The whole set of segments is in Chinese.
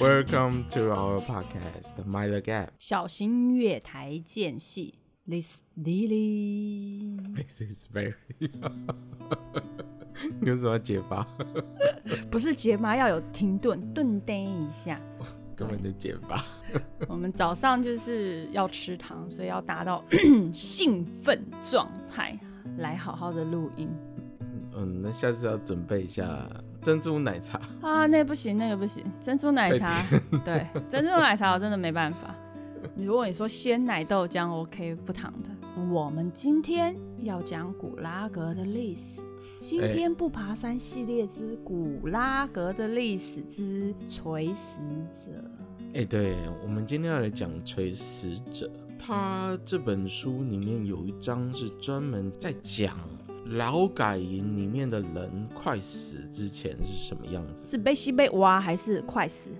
Welcome to our podcast, Mind the Gap. 小心月台间隙，This Lily， This is very 你有什么要结巴？不是结巴要有停顿，顿呆一下。根本就结巴。我们早上就是要吃糖，所以要达到 兴奋状态来好好的录音嗯，那下次要准备一下珍珠奶茶。啊。那个不行，那个不行，珍珠奶茶，对，珍珠奶茶我真的没办法。如果你说鲜奶豆浆 OK 不糖的，我们今天要讲古拉格的历史。今哎天不爬山系列之古拉格的历史之垂死者。哎、对我们今天要来讲《垂死者》，他这本书里面有一章是专门在讲劳改营里面的人快死之前是什么样子，是被西被挖还是快死？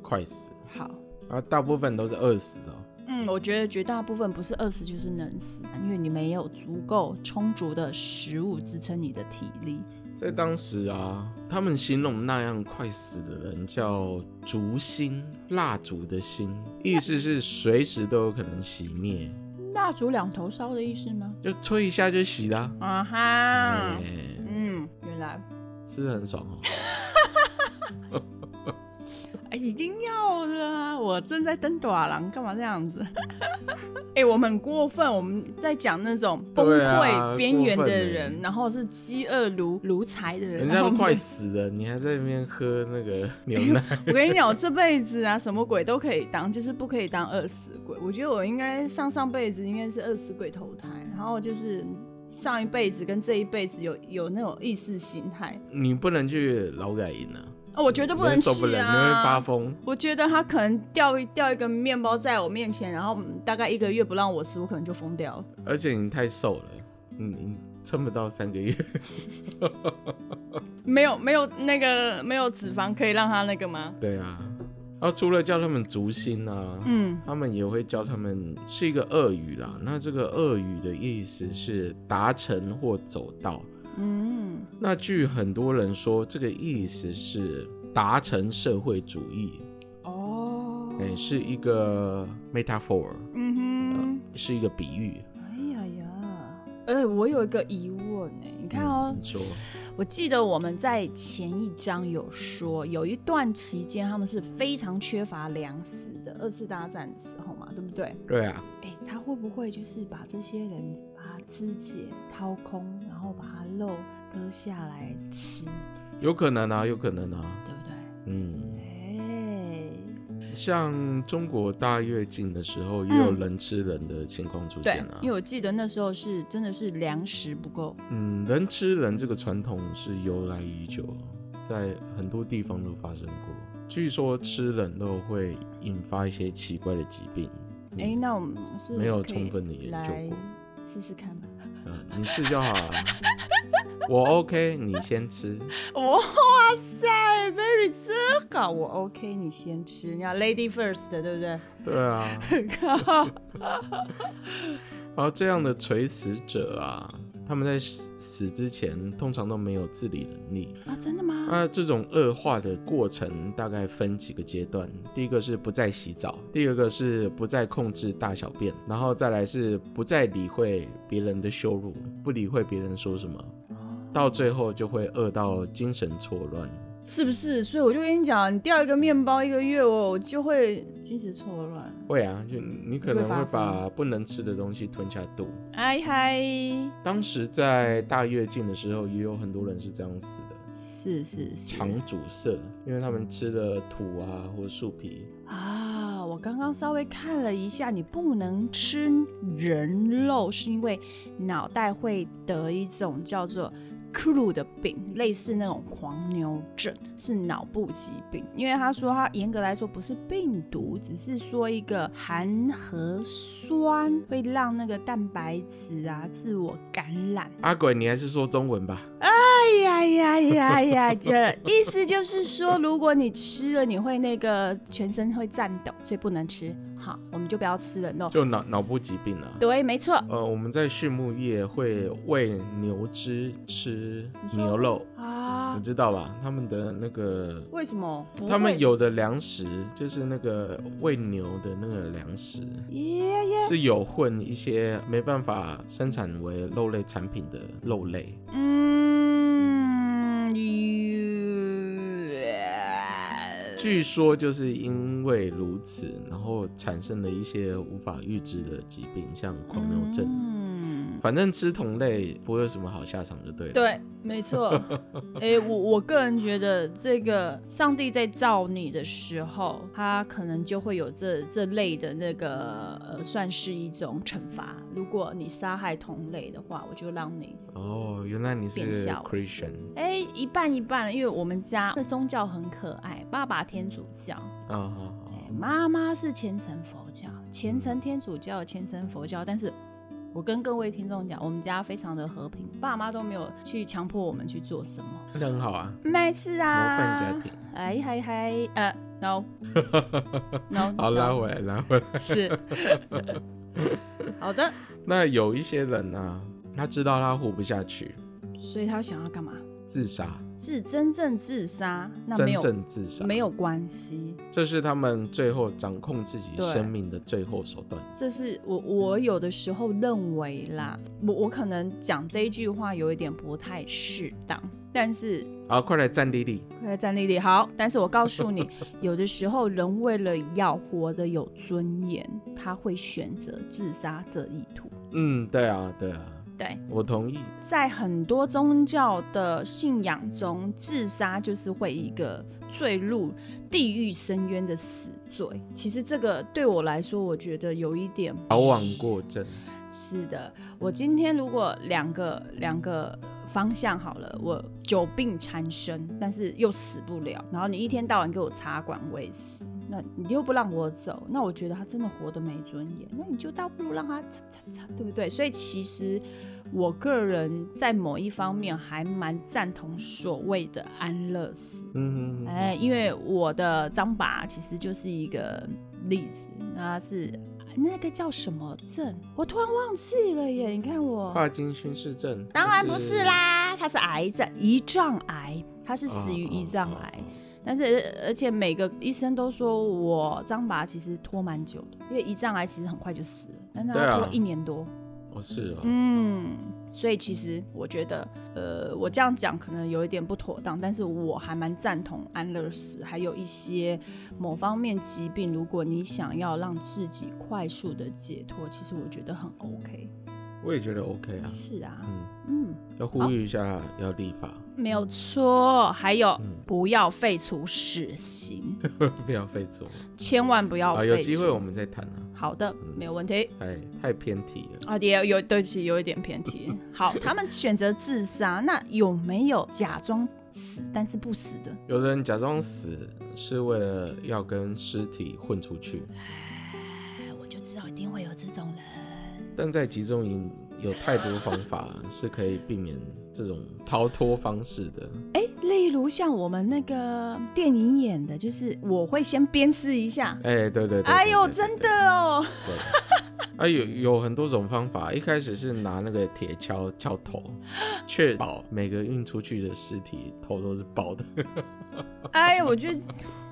快死，好，啊，大部分都是饿死的哦、嗯，我觉得绝大部分不是饿死就是冷死，因为你没有足够充足的食物支撑你的体力。在当时啊，他们形容那样快死的人叫“烛心”，蜡烛的心，意思是随时都有可能熄灭，蜡烛两头烧的意思吗？就吹一下就熄啦。啊哈，哎嗯，原来，吃得很爽 哦。哎，一定要的啊！我正在登短廊，干嘛这样子？ 哎，我们很过分，我们在讲那种崩对啊溃边缘过的分欸人，然后是饥饿如如柴的人，人然家后都我们快死了，你还在那边喝那个牛 奶？我跟你讲，我这辈子啊，什么鬼都可以当，就是不可以当饿死鬼。我觉得我应该上上辈子应该是饿死鬼投胎，然后就是上一辈子跟这一辈子有有那种意识形态。你不能去劳改营啊，哦，我绝对不能人受不去了，你会发啊！疯。我觉得他可能掉一掉一个面包在我面前，然后、嗯大概一个月不让我吃，我可能就疯掉了。而且你太瘦了，你你撑不到三个月。 没有没有那个没有脂肪可以让他那个吗？对啊，然后除了叫他们烛心啊，嗯，他们也会教他们是一个俄语啦。那这个俄语的意思是达成或走到。嗯，那据很多人说，这个意思是达成社会主义，哦，哎、是一个 metaphor，呃嗯哼。是一个比喻。哎呀呀！哎、我有一个疑问哎、你看哦嗯、你说我记得我们在前一章有说，有一段期间他们是非常缺乏粮食的，二次大战的时候嘛，对不对？对啊，哎、他会不会就是把这些人把他肢解、掏空，然后把他肉割下来吃，有可能啊，有可能啊，对不对？嗯，哎、像中国大跃进的时候，也有嗯人吃人的情况出对现啊，因为我记得那时候是真的是粮食不够，嗯，人吃人这个传统是由来已久，在很多地方都发生过。据说吃人肉会引发一些奇怪的疾病。嗯哎、那我们是没有可以充分地研究过来试试看吧。嗯你试就好了。我 OK，你先吃。 哇塞，Very 真好，我 OK，你先吃，你要 Lady First 的，对不对？对啊，而这样的垂死者啊，他们在死死之前通常都没有自理能力。啊，真的吗？那这种恶化的过程大概分几个阶段，第一个是不再洗澡，第二个是不再控制大小便，然后再来是不再理会别人的羞辱，不理会别人说什么，到最后就会饿到精神错乱。是不是？所以我就跟你讲，你掉一个面包一个月，我我就会精神错乱。会啊，就你可能会把不能吃的东西吞下肚。哎嗨，当时在大跃进的时候，也有很多人是这样死的，是是是肠阻塞，因为他们吃的土啊或树皮，啊！我刚刚稍微看了一下，你不能吃人肉，是因为脑袋会得一种叫做。克鲁的病类似那种狂牛症，是脑部疾病。因为他说，他严格来说不是病毒，只是说一个含核酸会让那个蛋白质啊自我感染。阿鬼，你还是说中文吧。哎呀呀呀呀！这意思就是说，如果你吃了，你会那个全身会颤抖，所以不能吃。好，我们就不要吃人肉。就脑脑部疾病啊。对，没错。呃，我们在畜牧业会喂牛只吃牛肉，啊啊你，知道吧？他们的那个，为什么？不他会们有的粮食就是那个喂牛的那个粮食，耶耶，是有混一些没办法生产为肉类产品的肉类。嗯，呃据说就是因为如此，然后产生了一些无法预知的疾病，像狂牛症。嗯，反正吃同类不会有什么好下场，就对了。对，没错。哎、我我个人觉得，这个上帝在造你的时候，他可能就会有这这类的那个呃，算是一种惩罚。如果你杀害同类的话，我就让你哦，原来你变是小了 Christian 哎、一半一半，因为我们家的宗教很可爱，爸爸天主教，啊、哦哎、妈妈是虔诚佛教，虔诚天主教，虔诚佛教，但是。我跟各位听众讲，我们家非常的和平，爸妈都没有去强迫我们去做什么，那很好啊，没事模啊。范家庭。哎嗨嗨，呃，no no， 好，拉回来，拉回来。 是，好的，那有一些人啊，他知道他活不下去，所以他想要干嘛？自杀，是真正自杀，那真没有正自杀，没有关系，这是他们最后掌控自己对生命的最后手段。这是我我有的时候认为啦，我我可能讲这一句话有一点不太适当，但是好，快来站立立，快来站立立好，但是我告 诉你，有的时候人为了要活得有尊严，他会选择自杀这一途。嗯，对啊，对啊，对，我同意。在很多宗教的信仰中，自杀就是会一个坠入地狱深渊的死罪。其实这个对我来说，我觉得有一点矫枉过正，是的。我今天如果两个两个方向好了，我久病缠身，但是又死不了，然后你一天到晚给我插管喂死。那你又不让我走，那我觉得他真的活得没尊严，那你就倒不如让他擦擦擦，对不对？所以其实我个人在某一方面还蛮赞同所谓的安乐死，嗯，哎，因为我的张爸其实就是一个例子，他是啊那个叫什么症，我突然忘记了耶。你看我，帕金逊氏症，当然啊就不是，啦，他是癌症，胰脏癌，他是死于胰脏癌。哦但是，而且每个医生都说我张拔其实拖蛮久的，因为胰脏癌其实很快就死了，但是对他啊拖一年多。哦哦是哦，嗯，所以其嗯实我觉得，呃，我这样讲可能有一点不妥当，但是我还蛮赞同安乐死，还有一些某方面疾病，如果你想要让自己快速的解脱，其实我觉得很 OK。我也觉得 OK 啊，是啊，嗯，嗯，要呼吁一下要立法，没有错。还有，嗯不要废除死刑， 不要废除千万不要啊，废除。有机会我们再谈啊。好的，没有问题。哎，太偏题了。啊，也有对不起，有一点偏题。好，他们选择自杀，那有没有假装死但是不死的？有的人假装死是为了要跟尸体混出去，哎，我就知道一定会有这种人。但在集中营有太多方法是可以避免这种逃脱方式的。 哎，例如像我们那个电影演的，就是我会先鞭尸一下。哎、对对对哎呦，真的。 哦！对对对啊，有有很多种方法，一开始是拿那个铁锹敲头，确保每个运出去的尸体头都是爆的。哎，我觉得，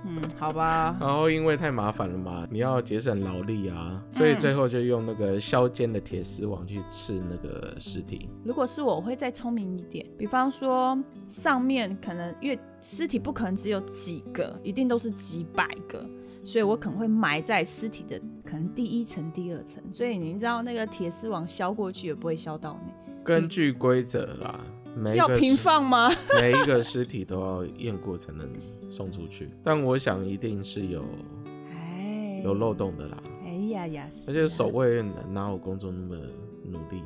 嗯，好吧，然后因为太麻烦了嘛，你要节省劳力啊，所以嗯最后就用那个削尖的铁丝网去刺那个尸体。如果是我，我会再聪明一点。比方说，上面可能因为尸体不可能只有几个，一定都是几百个，所以我可能会埋在尸体的可能第一层、第二层。所以你知道那个铁丝网削过去也不会削到你，根据规则啦，每一要个平尸放吗？每一个尸体都要验过才能送出去。但我想一定是有哎，有漏。洞的啦，哎呀呀！而是且啊守卫哪有工作那么努力？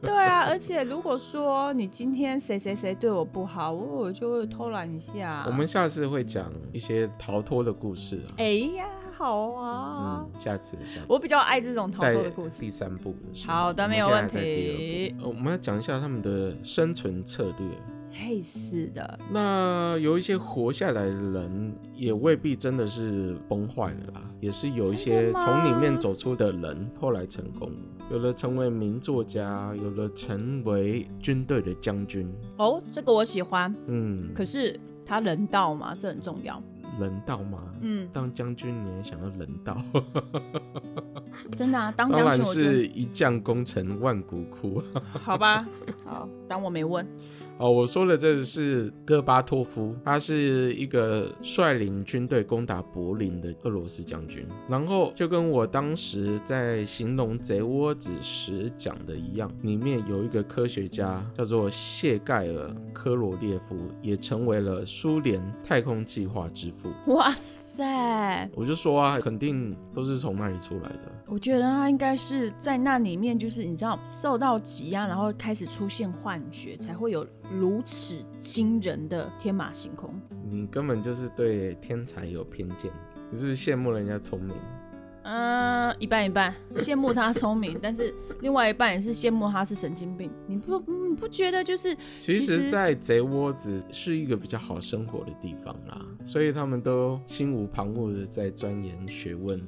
对啊，而且如果说你今天谁谁谁对我不好，我我就会偷懒一下。我们下次会讲一些逃脱的故事啊。哎呀，好啊，嗯，下次下次我比较爱这种逃脱在的故事。第三部的时候。好的我们没有现在问在第二题部呃我们要讲一下他们的生存策略。嘿，是的，那有一些活下来的人，也未必真的是崩坏了啦，也是有一些真的吗从里面走出的人，后来成功了，有的成为名作家，有的成为军队的将军。哦，这个我喜欢。嗯，可是他人道嘛，这很重要。人道吗？嗯，当将军你还想要人道？真的啊，当当将然军我觉得是一将功成万骨枯。好吧。 好，当我没问。哦，我说的这是戈巴托夫，他是一个率领军队攻打柏林的俄罗斯将军。然后就跟我当时在形容贼窝子时讲的一样，里面有一个科学家叫做谢盖尔·科罗列夫，也成为了苏联太空计划之父。哇塞，我就说啊，肯定都是从那里出来的。我觉得他应该是在那里面，就是你知道受到挤压，然后开始出现幻觉，才会有如此惊人的天马行空。你根本就是对天才有偏见，你是不是羡慕人家聪明？嗯，一半一半，羡慕他聪明，但是另外一半也是羡慕他是神经病。你不你不觉得就是其其实，实在贼窝子是一个比较好生活的地方啦，所以他们都心无旁骛的在钻研学问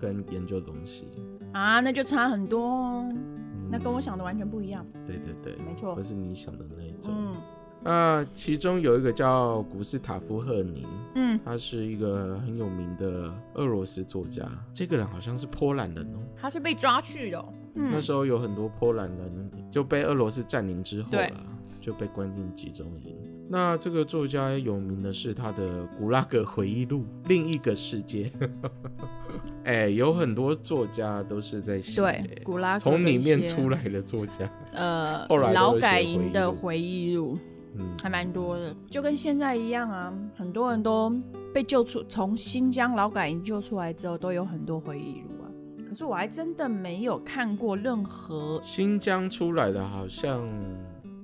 跟研究东西。啊，那就差很多哦，嗯那跟我想的完全不一样。对对对，没错不是你想的那一种。嗯那其中有一个叫古斯塔夫·赫宁，嗯，他是一个很有名的俄罗斯作家。这个人好像是波兰人哦、他是被抓去的哦、那嗯，时候有很多波兰人就被俄罗斯占领之后对啦，就被关进集中营。那这个作家有名的是他的《古拉格回忆录》，另一个世界。 哎、有很多作家都是在写、对，古拉格从里面出来，来的作家，呃后来，都劳有写改回忆营的录回忆录。嗯，还蛮多的，就跟现在一样啊，很多人都被救出，从新疆劳改营救出来之后，都有很多回忆录啊。可是我还真的没有看过任何，新疆出来的好像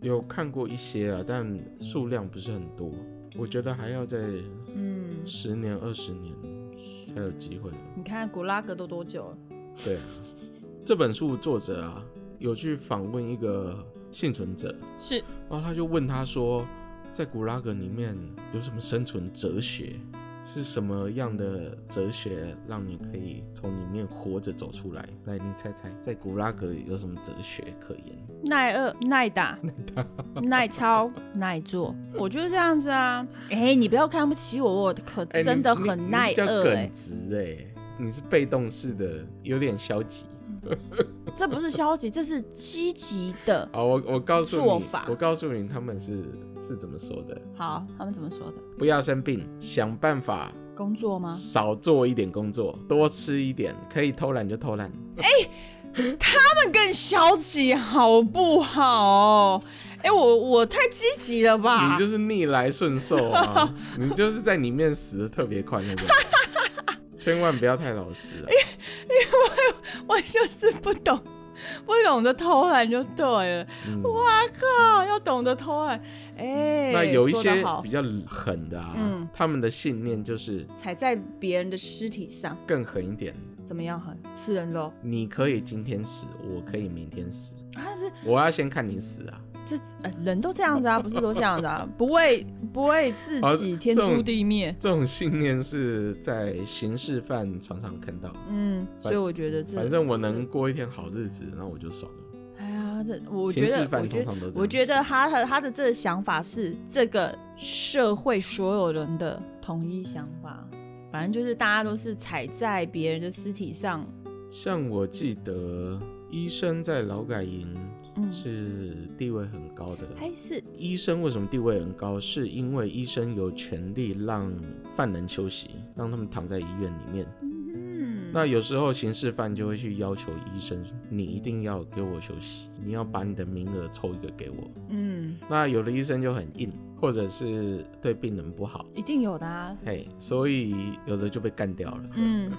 有看过一些啊，但数量不是很多。我觉得还要在嗯，十年、二十年才有机会。你看古拉格都多久了？对啊，这本书作者啊有去访问一个幸存者，是然后他就问他说，在古拉格里面有什么生存哲学？是什么样的哲学让你可以从里面活着走出来？来，你猜猜，在古拉格有什么哲学可言？耐饿、耐打、耐操、耐做，我就是这样子啊。哎、你不要看不起我，我可哎你真的你很你耐比较饿、哎耿直哎、你是被动式的，有点消极。这不是消极，这是积极的。好，我我告诉做你法，我告诉你他们是是怎么说的：好，他们怎么说的？不要生病，想办法工作吗？少做一点工作，多吃一点，可以偷懒就偷懒。更消极好不好？哎、我我太积极了吧？你就是逆来顺受啊，你就是在里面死的特别快那种。千万不要太老实哎啊！ 我就是不懂，不懂得偷懒就对了。嗯、哇靠，要懂得偷懒。哎、那有一说些得好比较狠的啊，嗯他们的信念就是踩在别人的尸体上，更狠一点。怎么样很吃人肉你可以今天死，我可以明天死，啊？我要先看你死啊！这这、呃人都这样子啊，不是都这样子啊？ 不为不为自啊己天这种诛地灭。这种信念是在刑事犯常常看到。嗯，所以我觉得这，反正我能过一天好日子，那我就爽了。哎呀，这我觉刑得事，犯我觉通常得都这样我觉得他的他的这个想法是这个社会所有人的统一想法，反正就是大家都是踩在别人的尸体上，像我记得，医生在劳改营嗯，是地位很高的。还是医生为什么地位很高？是因为医生有权利让犯人休息，让他们躺在医院里面。嗯，那有时候刑事犯就会去要求医生，你一定要给我休息，你要把你的名额抽一个给我。嗯，那有的医生就很硬，或者是对病人不好，一定有的啊，嘿，所以有的就被干掉了。嗯，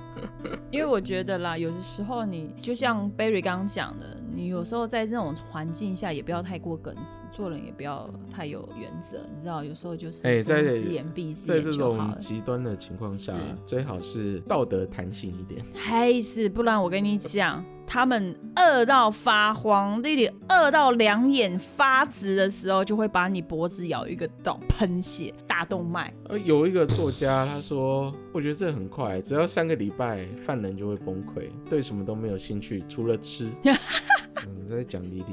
因为我觉得啦，有的时候你就像 Barry 刚刚讲的，你有时候在那种环境下也不要太过耿直，做人也不要太有原则，你知道，有时候就是哎在睁一只眼闭一只在眼这就种好了。极端的情况下是，最好是道德弹性一点。还是不然我跟你讲，他们饿到发慌，丽丽饿到两眼发直的时候，就会把你脖子咬一个洞，喷血，大动脉。呃，有一个作家他说，我觉得这很快，只要三个礼拜，犯人就会崩溃，对什么都没有兴趣，除了 吃。嗯，在讲李李，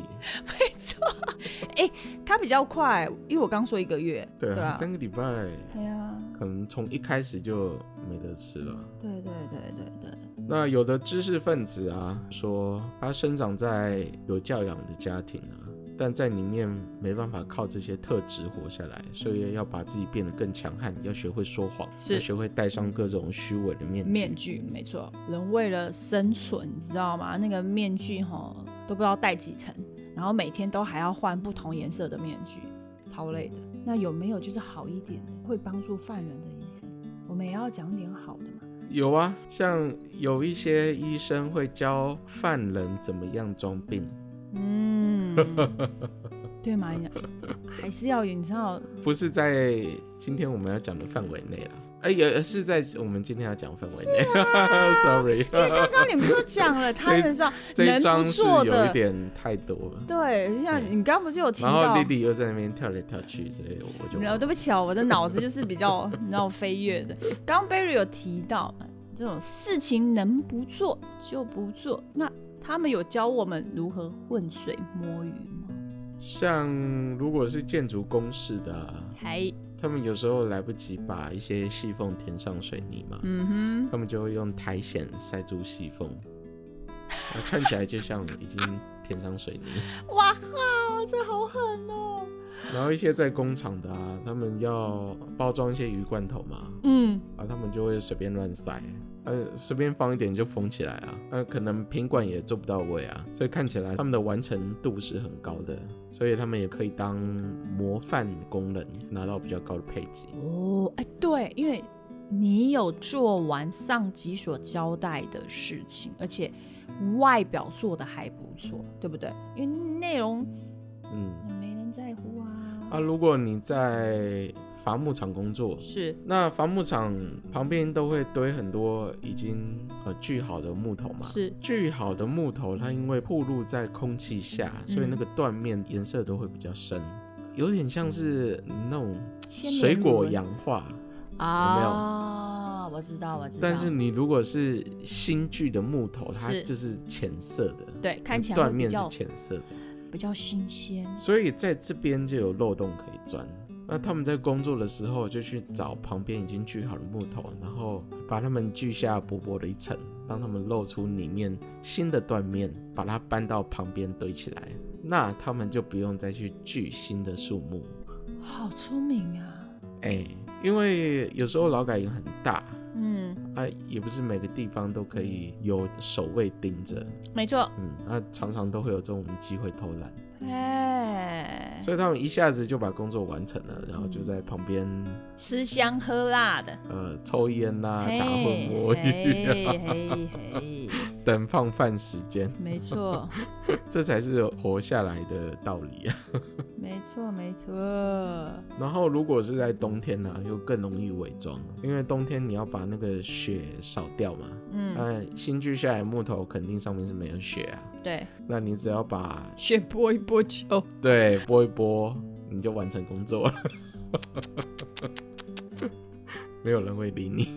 他比较快，因为我刚说一个月，对啊，啊，三个礼拜哎呀，可能从一开始就没得吃了。对对对对对，那有的知识分子啊，说他生长在有教养的家庭啊，但在里面没办法靠这些特质活下来，所以要把自己变得更强悍，要学会说谎，是要学会戴上各种虚伪的面具。面具没错，人为了生存，你知道吗？那个面具哈都不知道戴几层，然后每天都还要换不同颜色的面具，超累的。那有没有就是好一点的，会帮助犯人的医生？我们也要讲点好的嘛。有啊，像有一些医生会教犯人怎么样装病，嗯，对嘛？你还是要有，你知道，不是在今天我们要讲的范围内啦。哎、也是在我们今天要讲范围内。Sorry，啊因为刚刚你们都讲了，他们说这一能不章是做有一的，点太多了。对，像对你刚刚不是有提然后到莉，莉又在那边跳来跳去，所以我就然后对不起啊，我的脑子就是比较你知道飞跃的。刚刚 Barry 有提到嘛，这种事情能不做就不做。那他们有教我们如何浑水摸鱼吗？像如果是建筑公式的、啊，还他们有时候来不及把一些细缝填上水泥嘛，嗯他们就会用苔藓塞住细缝，啊看起来就像已经填上水泥。 哼，哇靠，这好狠哦。然后一些在工厂的啊，他们要包装一些鱼罐头嘛，嗯，啊，他们就会随便乱塞，呃，随便放一点就封起来啊，呃，可能品管也做不到位啊，所以看起来他们的完成度是很高的，所以他们也可以当模范工人，拿到比较高的配给。哦，哎，对，因为你有做完上级所交代的事情，而且外表做的还不错，对不对？因为内容嗯，没人在乎啊。啊，如果你在伐木场工作，是，那伐木场旁边都会堆很多已经呃锯好的木头嘛，是锯好的木头，它因为暴露在空气下，嗯所以那个断面颜色都会比较深，有点像是那种千年水果轮氧化。啊，我知道，我知道。但是你如果是新锯的木头，它是就是浅色的，对，看起来断会比面是较浅色的，比较新鲜。所以在这边就有漏洞可以钻。那他们在工作的时候就去找旁边已经锯好的木头，然后把它们锯下薄薄的一层，让它们露出里面新的断面，把它搬到旁边堆起来。那他们就不用再去锯新的树木，好聪明啊！哎、因为有时候劳改营很大，嗯，啊，也不是每个地方都可以有守卫盯着，没错。嗯，那常常都会有这种机会偷懒，哎，所以他们一下子就把工作完成了，然后就在旁边吃香喝辣的，呃抽烟啦、嗯嘿打混摸鱼啊、嘿嘿嘿， 等放饭时间，没错， 这才是活下来的道理 啊。没错，没错。然后如果是在冬天呢、又更容易伪装，因为冬天你要把那个雪扫掉嘛。嗯，那新锯下来的木头肯定上面是没有雪啊，对，那你只要把血拨一拨球，对，播一播，你就完成工作了。没有人会理你。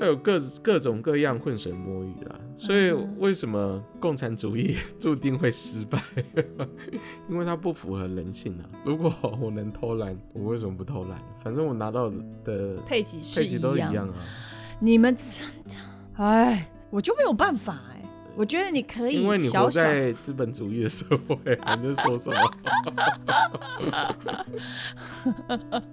要有各各种各样浑水摸鱼啦，所以为什么共产主义 注定会失败？ 因为它不符合人性啊！如果我能偷懒，我为什么不偷懒？反正我拿到的配给是配给都一样样啊，你们真的，哎，我就没有办法哎、我觉得你可以因为你活小小在资本主义的社会，你在说什么？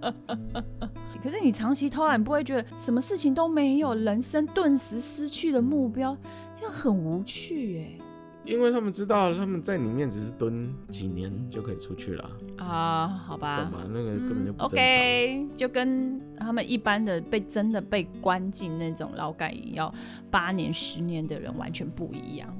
可是你长期偷懒，不会觉得什么事情都没有，人生顿时失去了目标，这样很无趣耶、因为他们知道他们在里面只是蹲几年就可以出去了。啊，好吧懂吗？那个根本就不正常。 OK，就跟他们一般的被真的被关进那种劳改营要八年、十年的人完全不一样。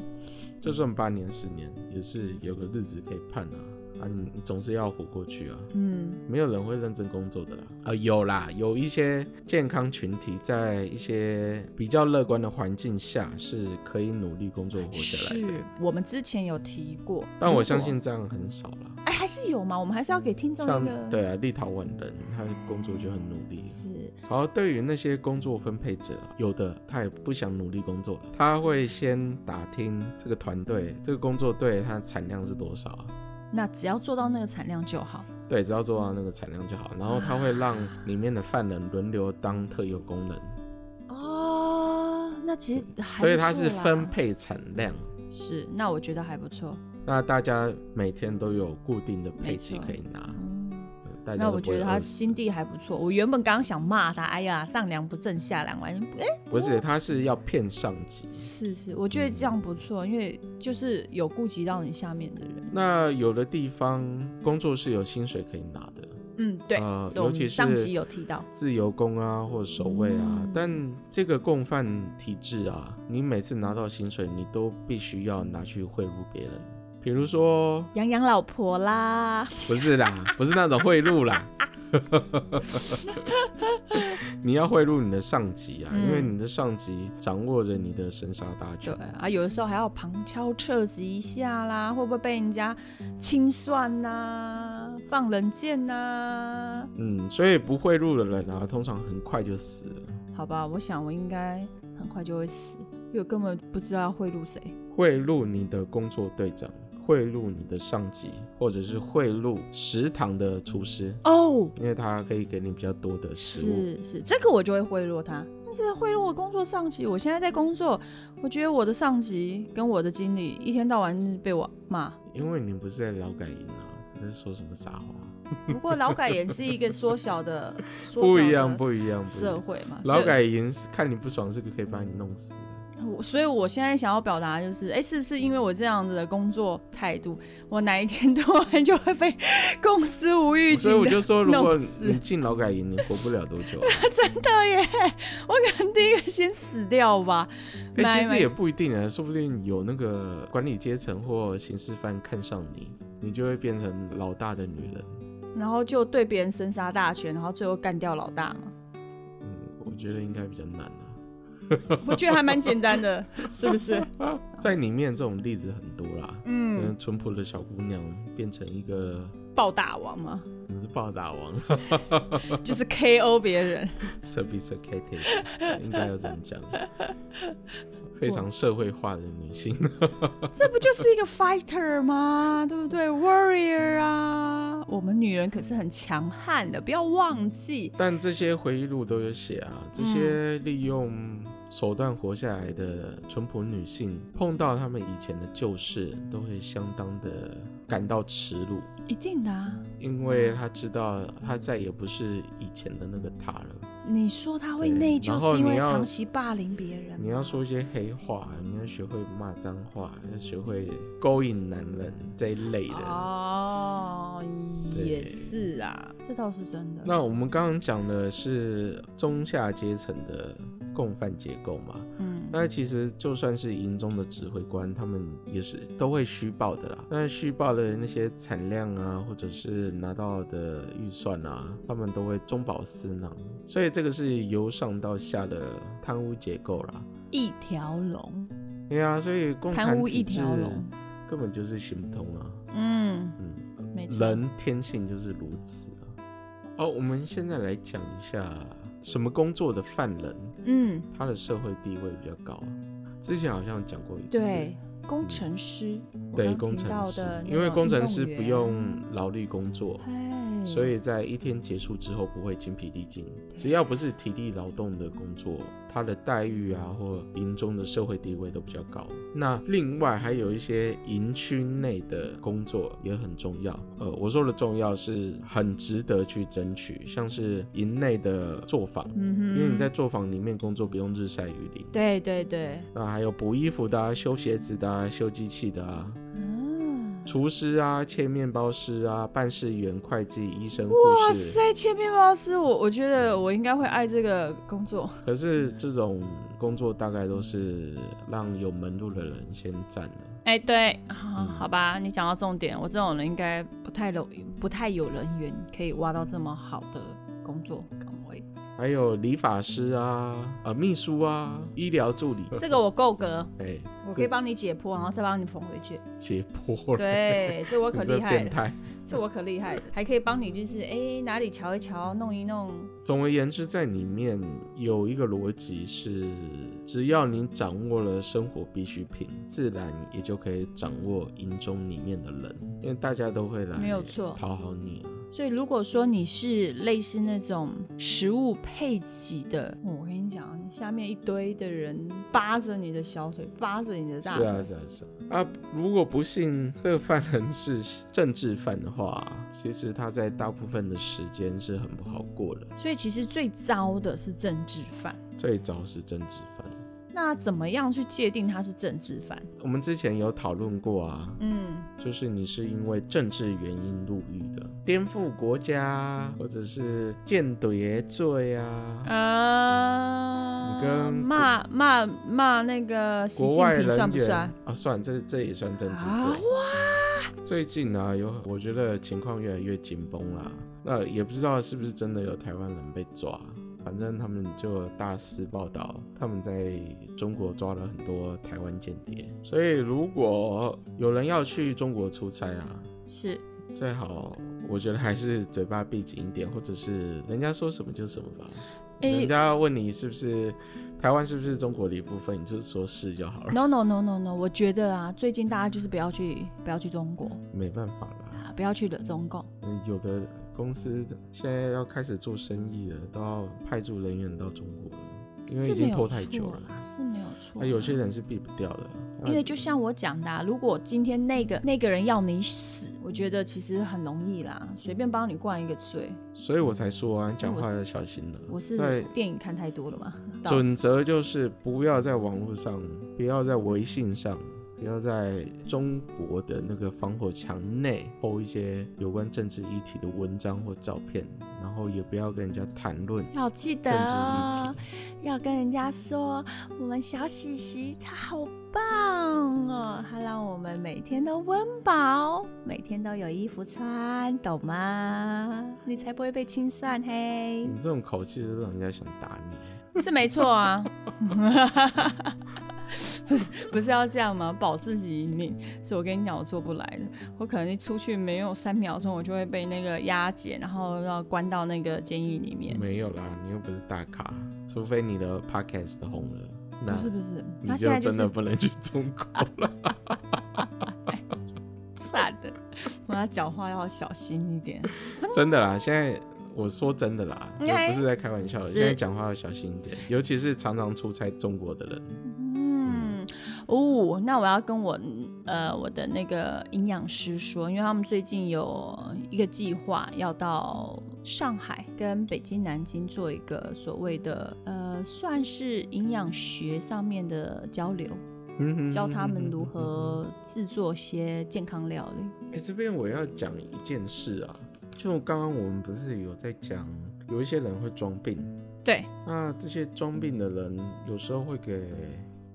就算八年十年，也是有个日子可以判啊。啊，你你总是要活过去啊。嗯没有人会认真工作的啦。啊、有啦，有一些健康群体在一些比较乐观的环境下是可以努力工作活下来的是，我们之前有提过，但我如相果信这样很少啦。哎，还是有嘛，我们还是要给听众一个像对啊，立陶宛人他工作就很努力。是好，对于那些工作分配者，有的他也不想努力工作，他会先打听这个团队、这个工作队它的产量是多少啊，那只要做到那个产量就好。对，只要做到那个产量就好。然后他会让里面的犯人轮流当特有工人，哦，那其实还所以不它错是啦分配产量。是，那我觉得还不错。那大家每天都有固定的配没给错可以拿，嗯，大家那都我不觉会得他饿死心地还不错。我原本刚想骂他，哎呀，上梁不正下梁歪。哎，不是，他是要骗上级。是是，我觉得这样不错，因为就是有顾及到你下面的人。那有的地方工作是有薪水可以拿的，嗯，对，呃这我尤们其是上集有提到。自由工啊或者守卫啊，嗯但这个共犯体制啊，你每次拿到薪水，你都必须要拿去贿赂别人。比如说，养养老婆啦，不是啦， 不是那种贿赂啦， 你要贿赂你的上级啊，嗯因为你的上级掌握着你的生杀大对权。啊，有的时候还要旁敲侧击一下啦，会不会被人家清算呐、放冷箭呐、嗯，所以不贿赂的人啊，通常很快就死了。好吧，我想我应该很快就会死，因为我根本不知道要贿赂谁。贿赂你的工作队长，贿赂你的上级，或者是贿赂食堂的厨师，哦，因为他可以给你比较多的食物。是是，这个我就会贿赂他。但是贿赂我工作上级，我现在在工作，我觉得我的上级跟我的经理一天到晚就是被我 骂。因为你不是在劳改营啊，你在说什么傻话？不过劳改也是一个缩 小的，缩不小一样，的不一样，不一社样。会嘛，劳所以改营是看你不爽是可以把你弄死的。我所以，我现在想要表达的就是，哎、是不是因为我这样子的工作态度，我哪一天突然就会被 公司无预所警以我的？就说，如果弄死你进劳改营，你活不了多 久、啊。真的耶，我可能第一个先死掉吧。哎、买其买实也不一定啊，说不定有那个管理阶层或刑事犯看上你，你就会变成老大的女人。然后就对别人生杀大权，然后最后干掉老大嘛。嗯，我觉得应该比较难啊。我觉得还蛮简单的， 是不是？在里面这种例子很多啦，嗯嗯，，淳朴的小姑娘变成一个暴打王嘛，你是暴打王就是 KO 别人。 ，sophisticated，应该要怎么讲？非常社会化的女性， 这不就是一个 fighter 吗？对不对？Warrior 啊，我们女人可是很强悍的，不要忘记。但这些回忆录都有写啊，这些利用手段活下来的淳朴女性，碰到她们以前的旧事，都会相当的感到耻辱，一定的、啊，因为她知道她再也不是以前的那个她了。你说他会对内然疚，后是因你为要长期霸凌别人你吗。要说一些黑话，你要学会骂脏话，要学会勾引男人这一类的。哦，对也是啊，这倒是真的。那我们刚刚讲的是中下阶层的共犯结构嘛？嗯，那其实就算是营中的指挥官，他们也是都会虚报的啦。那虚报的那些产量啊，或者是拿到的预算啊，他们都会中饱私囊，所以这个是由上到下的贪污结构啦。一条龙，对啊，所以共产贪污体一制条龙。根本就是行不通啊。嗯，嗯，没错。人天性就是如此啊。哦，我们现在来讲一下什么工作的犯人，嗯，他的社会地位比较高啊。之前好像讲过一次，对，工程师，我对刚工提到程师的，那因为种工程运师动不员，用劳力工作，嘿所以在一天结束之后不会精疲力尽。嗯只要不是体力劳动的工作，他的待遇啊或营中的社会地位都比较高。那另外还有一些营区内的工作也很重要。呃，我说的重要是很值得去争取，像是营内的作坊，嗯哼，因为你在作坊里面工作不用日晒雨淋。对对对，那还有补衣服的、啊、修鞋子的、啊、修机器的啊，嗯，厨师啊、切面包师啊、办事员、会计、医生、护哇士。塞，切面包师，我我觉得我应该会爱这个工作。可是嗯这种工作大概都是让有门路的人先占了。 哎、对，嗯好好吧，你讲到重点，我这种人应该不太有不太有人缘，可以挖到这么好的工作岗位。还有理发师啊、呃秘书啊、医疗助 理，这个我够 格，哎，我可以帮你解剖，然后再帮你缝回 去。解剖了。对，这我可你 这厉害变了，态。这我可厉害了，还可以帮你就是哎、哪里瞧一瞧，弄一弄。总而言之，在里面有一个逻辑是，只要你掌握了生活必需品，自然也就可以掌握营中里面的人，因为大家都会来，没有错讨好你啊。所以如果说你是类似那种食物配给的，哦我跟你讲，啊你下面一堆的人扒着你的小腿，扒着你的大是腿，啊，是啊，是啊。啊，如果不幸这个犯人是政治犯的话，其实他在大部分的时间是很不好过的。所以其实最糟的是政治犯。最早是政治犯，那怎么样去界定他是政治犯？我们之前有讨论过啊，嗯，就是你是因为政治原因入狱的，颠覆国家或者是间谍罪啊，啊你跟骂骂骂那个习国近外人平员算不算？啊，算这这也算政治罪。啊最近啊，有我觉得情况越来越紧绷啦，那也不知道是不是真的有台湾人被抓。反正他们就有大肆报道，他们在中国抓了很多台湾间谍，所以如果有人要去中国出差啊，是最好我觉得还是嘴巴闭紧一点，或者是人家说什么就什么吧。诶人家问你是不是台湾是不是中国的一部分，你就说是就好了。 ？No No No No No，我觉得啊，最近大家就是不要去不要去中国没办法啦，啊，不要去惹中共。嗯有的公司现在要开始做生意了，都要派驻人员到中国了，嗯因为是已经没有拖太久错了。啦，是没有错那、啦。有些人是避不掉的，因为就像我讲的、啊，如果今天那个那个人要你死，我觉得其实很容易啦，随便帮你灌一个罪。所以我才说啊，讲嗯我话要小心了。我是在电影看太 多了嘛，到准则就是不要在网络上，不要在微信上，不要在中国的那个防火墙内抛一些有关政治议题的文章或照片，然后也不要跟人家谈论要记得政治议哦题。要跟人家说，我们小喜喜他好棒哦，他让我们每天都温饱，每天都有衣服穿，懂吗？你才不会被清算嘿你这种口气就让人家想打你。是没错啊。 不是要这样吗？保自己一命，所以我跟你讲，我做不来的。我可能一出去没有三秒钟，我就会被那个押解，然后要关到那个监狱里面。没有啦，你又不是大咖，除非你的 podcast 红了，那不是不是，你他就现在就真的是啊不能去中国了。 惨的，我要讲话要小心一点。真的啦，现在我说真的啦，这哎不是在开玩笑的。是现在讲话要小心一点，尤其是常常出差中国的人。嗯，哦，那我要跟我呃我的那个营养师说，因为他们最近有一个计划要到上海跟北京、南京做一个所谓的呃算是营养学上面的交流，嗯哼教他们如嗯哼嗯哼嗯哼何制作些健康料理。哎、这边我要讲一件事啊，就刚刚我们不是有在讲，有一些人会装病，对，那这些装病的人有时候会给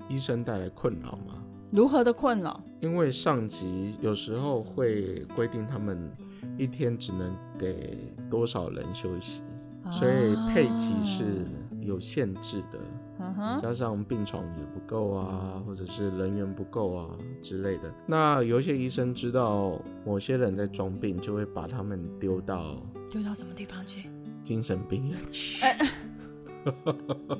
医生带来困扰嘛，如何的困扰？因为上级有时候会规定他们一天只能给多少人休息，所以配给是有限制的。啊，嗯哼，加上病床也不够啊，或者是人员不够啊之类的。那有一些医生知道某些人在装病，就会把他们丢到丢到什么地方去？精神病院去。呃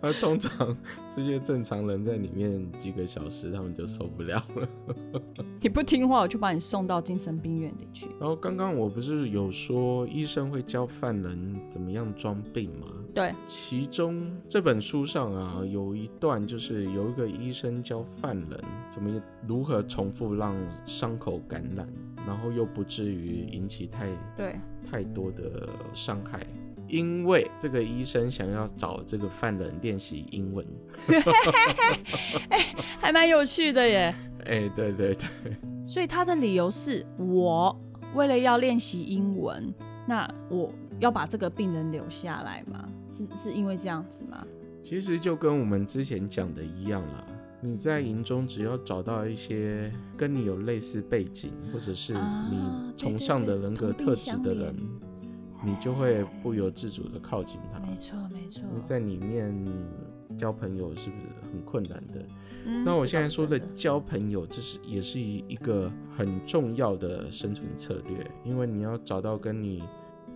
那 通常这些正常人在里面几个小时，他们就受不了了。你不听话，我就把你送到精神病院里去。然后刚刚我不是有说医生会教犯人怎么样装病吗？对，其中这本书上啊，有一段就是有一个医生教犯人怎么如何重复让伤口感染，然后又不至于引起太对，太多的伤害。因为这个医生想要找这个犯人练习英文，还蛮有趣的耶。哎，对对对，所以他的理由是我为了要练习英文，那我要把这个病人留下来吗？是是因为这样子吗？其实就跟我们之前讲的一样啦。你在营中只要找到一些跟你有类似背景，或者是你嗯啊对崇对尚的对人同格病特质相的怜人，你就会不由自主的靠近他。没错没错。你在里面交朋友是不是很困难的？嗯那我这现在倒是说的真交朋友，这是也是一个很重要的生存策略，因为你要找到跟你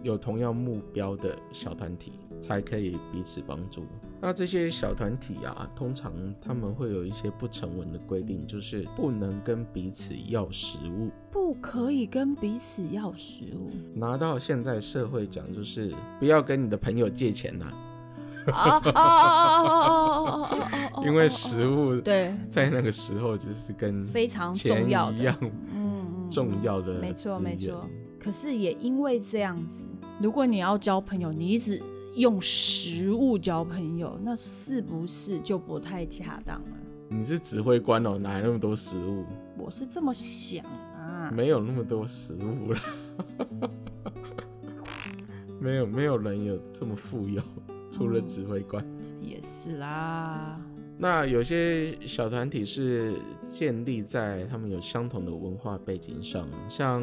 有同样目标的小团体，才可以彼此帮助。那这些小团体啊，通常他们会有一些不成文的规定，就是不能跟彼此要食物。不可以跟彼此要食物拿到现在社会讲，就是不要跟你的朋友借钱呐、啊啊啊啊啊啊啊 啊！因为食物物 对 在那个时候就是跟非常钱重要的一样嗯嗯重要的没错资没源错。可是也因为这样子，如果你要交朋友，你一直用食物交朋友，那是不是就不太恰当了？你是指挥官哦，哪来那么多食物？我是这么想啊。没有那么多食物了，没有没有人有这么富有，除了指挥官。也是啦，那有些小团体是建立在他们有相同的文化背景上，像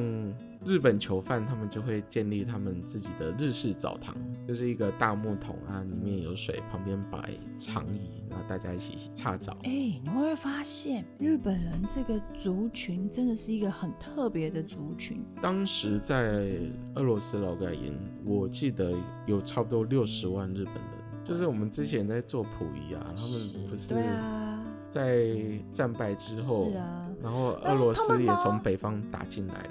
日本囚犯，他们就会建立他们自己的日式澡堂，就是一个大木桶啊，里面有水，旁边摆长椅，然后大家一起擦澡。哎、你会不会发现日本人这个族群真的是一个很特别的族群？当时在俄罗斯劳改营，我记得有差不多六十万日本人，就是我们之前在做溥仪啊，他们不是对啊，在战败之后，是啊，然后俄罗哎他斯们也吗从北方打进来了。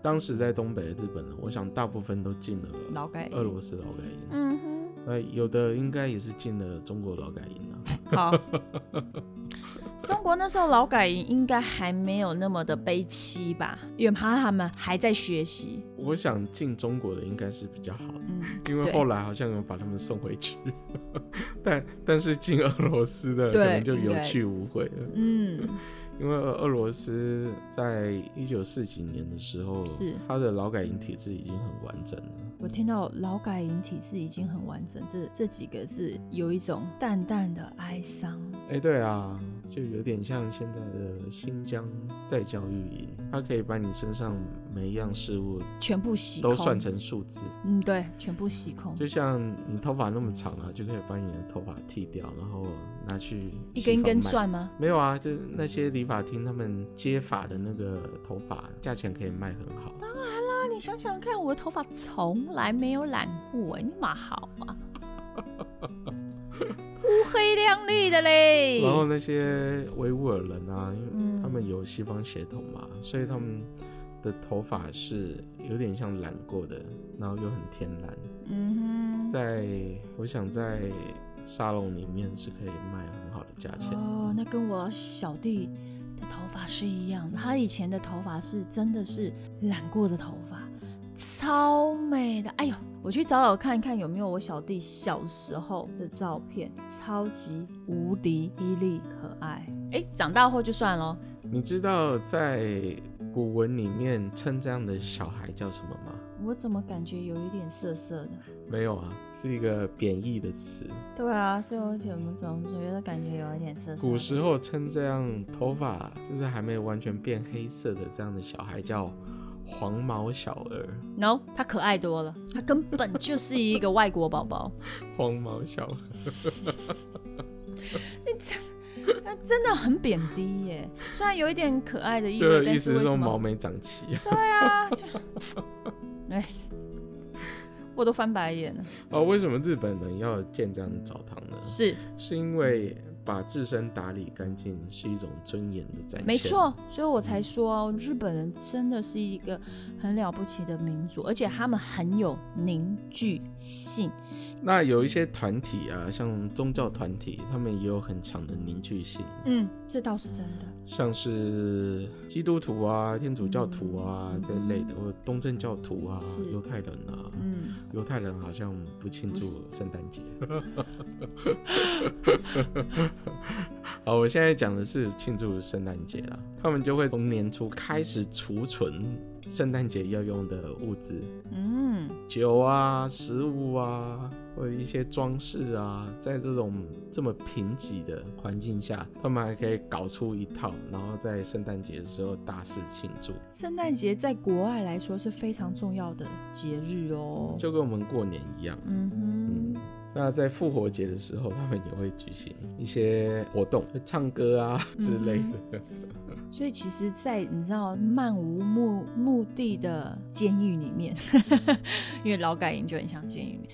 当时在东北的日本人，我想大部分都进了劳改营俄罗斯劳改营，嗯哼， 那、有的应该也是进了中国劳改营啊。 好。中国那时候劳改营应该还没有那么的悲凄吧，因为他他们还在学习。我想进中国的应该是比较好的，嗯，因为对后来好像有把他们送回去，但但是进俄罗斯的可对能就应有该去无回了，嗯，因为俄罗斯在一九四几年的时候，是它的劳改营体制已经很完整了。我听到劳改营体制已经很完整，这这几个字有一种淡淡的哀伤。哎、对啊，就有点像现在的新疆再教育营，它可以把你身上每一样事物全部洗空，都算成数字，嗯，对，全部洗空，就像你头发那么长啊，就可以把你的头发剃掉，然后拿去一西根一方根卖算吗？没有啊，就是那些理发厅他们接发的那个头发，价钱可以卖很好。啊，你想想看，我的头发从来没有染过，哎，你妈好啊，乌黑亮丽的嘞。然后那些维吾尔人啊，因嗯为他们有西方血统嘛，所以他们的头发是有点像染过的，然后又很天然。嗯哼，在我想在沙龙里面是可以卖很好的价钱。哦，那跟我小弟的头发是一样，他以前的头发是真的是染过的头发，超美的。哎呦，我去找找看看有没有我小弟小时候的照片，超级无敌霹雳可爱。哎，长大后就算喽。你知道在古文里面称这样的小孩叫什么吗？我怎么感觉有一点涩涩的？没有啊，是一个贬义的词。对啊，所以我怎么总觉得感觉有一点涩涩的。古时候称这样头发就是还没有完全变黑色的这样的小孩叫黄毛小儿， ，no，他可爱多了，他根本就是一个外国宝宝。黄毛小儿。那真的很贬低耶，虽然有一点可爱的意就味，意但思是是为说什毛么？没长齐。对啊，就哎， 我都翻白眼了。 哦，为什么日本人要建这样的澡堂呢？是，是因为把自身打理干净是一种尊严的展现。没，错，所以我才说、哦，日本人真的是一个很了不起的民族，而且他们很有凝聚性。那有一些团体啊，像宗教团体，他们也有很强的凝聚性，嗯，这倒是真的。像是基督徒啊、天主教徒啊嗯这类的，或者东正教徒啊是、犹太人啊。嗯。犹太人好像不庆祝圣诞节， 好，我现在讲的是庆祝圣诞节啦，他们就会从年初开始储存圣诞节要用的物资，嗯，酒啊、食物啊，或者一些装饰啊，在这种这么贫瘠的环境下，他们还可以搞出一套，然后在圣诞节的时候大肆庆祝，圣诞节在国外来说是非常重要的节日哦。就跟我们过年一样。嗯嗯，那在复活节的时候，他们也会举行一些活动，就唱歌啊之类的。嗯哼，所以其实在，你知道漫无目目的的监狱里面， 因为劳改营就很像监狱里面。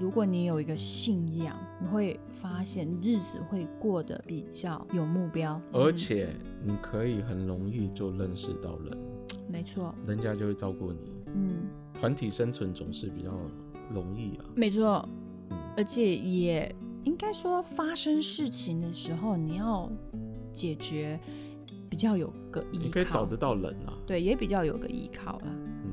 如果你有一个信仰，你会发现日子会过得比较有目标，而且你可以很容易就认识到人，嗯没错，人家就会照顾你。嗯，团体生存总是比较容易啊。没错，嗯而且也应该说，发生事情的时候，你要解决比较有个依靠，你可以找得到人啊。对，也比较有个依靠啦。嗯。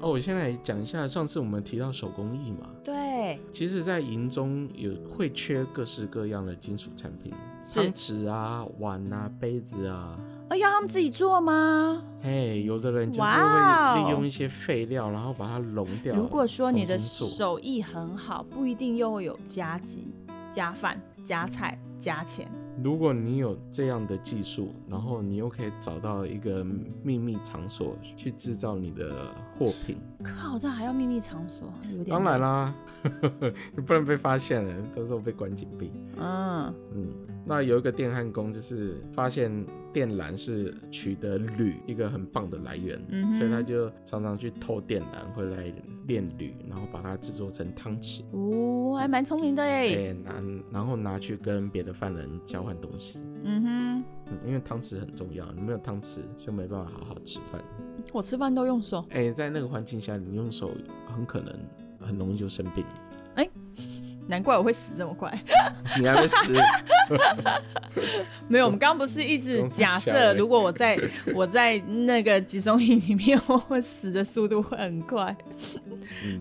哦，我先来讲一下，上次我们提到手工艺嘛，对，其实，在营中有会缺各式各样的金属产品，是汤匙啊、碗啊、杯子啊。而呃要他们自己做吗？嘿，有的人就是哇哦会利用一些废料，然后把它融掉。如果说你的啊重新做手艺很好，不一定又有加急、加饭、加菜、加钱。如果你有这样的技术，然后你又可以找到一个秘密场所去制造你的货品，靠，这还要秘密场所，啊有点当然累，啦， 不然被发现了，到时候被关紧闭。嗯，嗯，那有一个电焊工，就是发现电缆是取得铝一个很棒的来源，嗯哼所以他就常常去偷电缆回来炼铝，然后把它制作成汤匙，哦，还蛮聪明的哎、耶，拿然后拿去跟别的犯人交换东西。嗯嗯，因为汤匙很重要，你没有汤匙就没办法好好吃饭。哼，我吃饭都用手，哎、在那个环境下，你用手很可能很容易就生病，难怪我会死这么快。 你还会死。 没有，我们刚刚不是一直公司假小设，而已如果我在我在那个集中营里面， 我会死的速度会很快。嗯，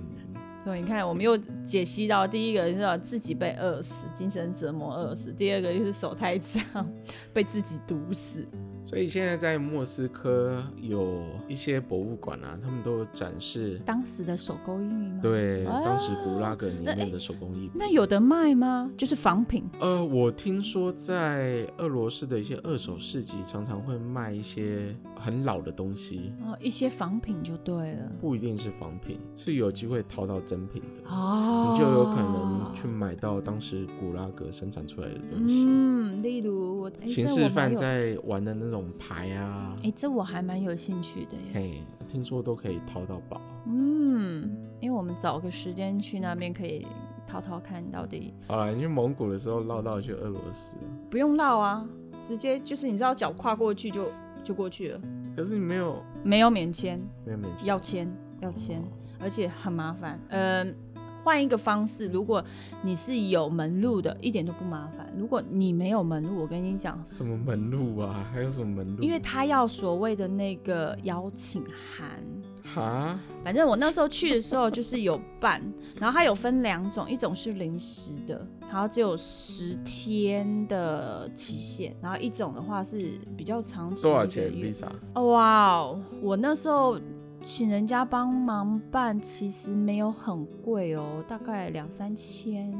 所以你看，我们又解析到第一个就是自己被饿死，精神折磨饿死；第二个就是手太脏， 被自己毒死。所以现在在莫斯科有一些博物馆啊，他们都有展示当时的手工艺吗？。对啊当时古拉格里面的手工艺。那有的卖吗？就是仿品。呃，我听说在俄罗斯的一些二手市集常常会卖一些很老的东西，哦，一些仿品就对了。不一定是仿品，是有机会淘到真品的。哦，你就有可能去买到当时古拉格生产出来的东西。嗯，例如我刑事犯。在玩的那种牌啊，哎、这我还蛮有兴趣的耶。嘿，听说都可以淘到宝。嗯，因为我们找个时间去那边可以淘淘看到底，好了，你去蒙古的时候绕道去俄罗斯，不用绕啊，直接就是你知道脚跨过去就就过去了，可是你没有没有免签，没有免签，要签要哦签，而且很麻烦。嗯，换一个方式，如果你是有门路的，一点都不麻烦；如果你没有门路，我跟你讲，什么门路啊？还有什么门路？因为他要所谓的那个邀请函。哈，反正我那时候去的时候就是有办，然后它有分两种，一种是临时的，然后只有十天的期限，然后一种的话是比较长期的多一少个钱月？Visa？哦哇哦，我那时候请人家帮忙办，其实没有很贵哦，大概两三千。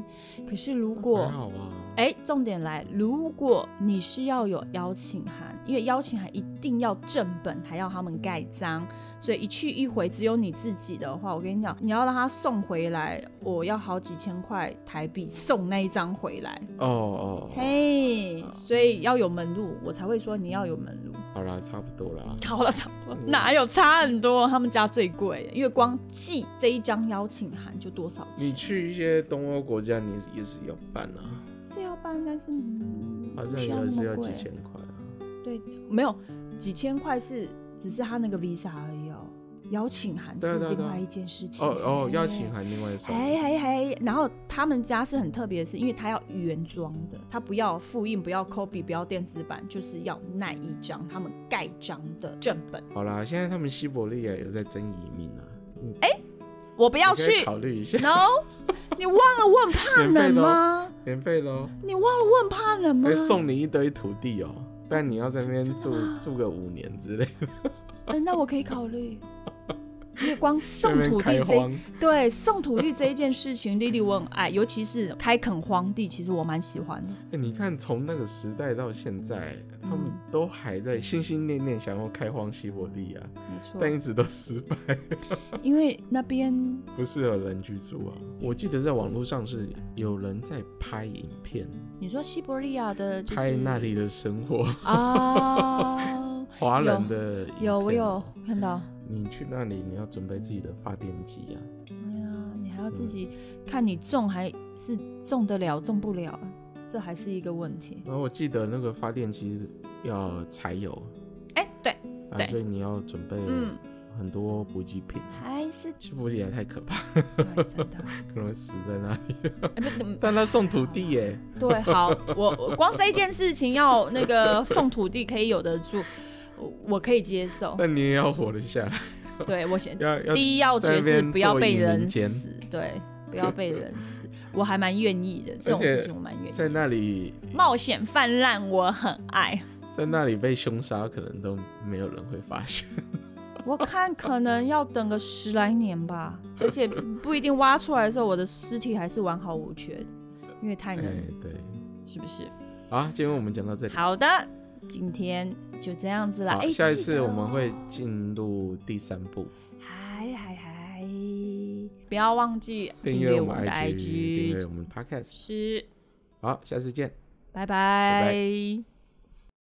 可是如果还好啊。哎，重点来，如果你是要有邀请函，因为邀请函一定要正本，还要他们盖章，所以一去一回只有你自己的话，我跟你讲，你要让他送回来，我要好几千块台币送那一张回来，哦哦，哦嘿，所以要有门路，我才会说你要有门路。好啦，差不多啦。好了，差不嗯多，哪有差很多？他们家最贵，因为光寄这一张邀请函就多少你钱？去一些东欧国家，你也是要办啊，是要办，但是嗯好不像需要也那是么要贵几千块啊。对，没有几千块是只是他那个 visa 而已哦，邀请函对啊是对啊对另啊外一件事情。哦哦，邀请。函另外送。哎哎哎！然后他们家是很特别的是，因为他要原装的，他不要复印，不要 copy，不要电子版，就是要那一张他们盖章的正本。好啦，现在他们西伯利亚有在争移民啊。嗯我不要你可以去。考虑一下， No，你忘了我很怕免费冷的哦吗？免费喽，你忘了我很怕冷吗还？送你一堆土地哦，但你要在那边住真的吗住个五年之类，哎那我可以考虑。因为光在 送那边土开地这荒，对送土地这一件事情，莉莉我很爱，尤其是开垦荒地，其实我蛮喜欢的。哎、你看从那个时代到现在，他们都还在心心念念想要开荒西伯利亚，没错，但一直都失败，因为那边不适合人居住啊。我记得在网络上是有人在拍影片，你说西伯利亚的、就是、拍那里的生活， 啊，华人的影有我片有。看到。你去那里，你要准备自己的发电机啊。哎呀，你还要自己看你种还是种得了，种不了，这还是一个问题。然后我记得那个发电机要柴油哎、对，啊，对所以你要准备嗯很多补给品。还是西伯利亚太可怕，对，真的，可能会死在那里。 哎不嗯但他送土地耶，对，好，我我光这一件事情要那个送土地可以有得住，我我可以接受。但你也要活得下来，对我先要要第一要在诀那是边不要坐被以人民间死，对，不要被人死，我还蛮愿意的，这种而且事情我蛮愿意在的。那里，冒险泛滥，我很爱。在那里被凶杀，可能都没有人会发现。我看可能要等个十来年吧，而且不一定挖出来的时候，我的尸体还是完好无缺，因为太哎、冷，对，是不是？好啊，今天我们讲到这里。好的，今天就这样子啦。好哎，下一记次得我们哦会进入第三部，嗨嗨嗨，不要忘记订阅阅我们的 IG，订阅 IG，我们 Podcast。是，好，下次见。拜拜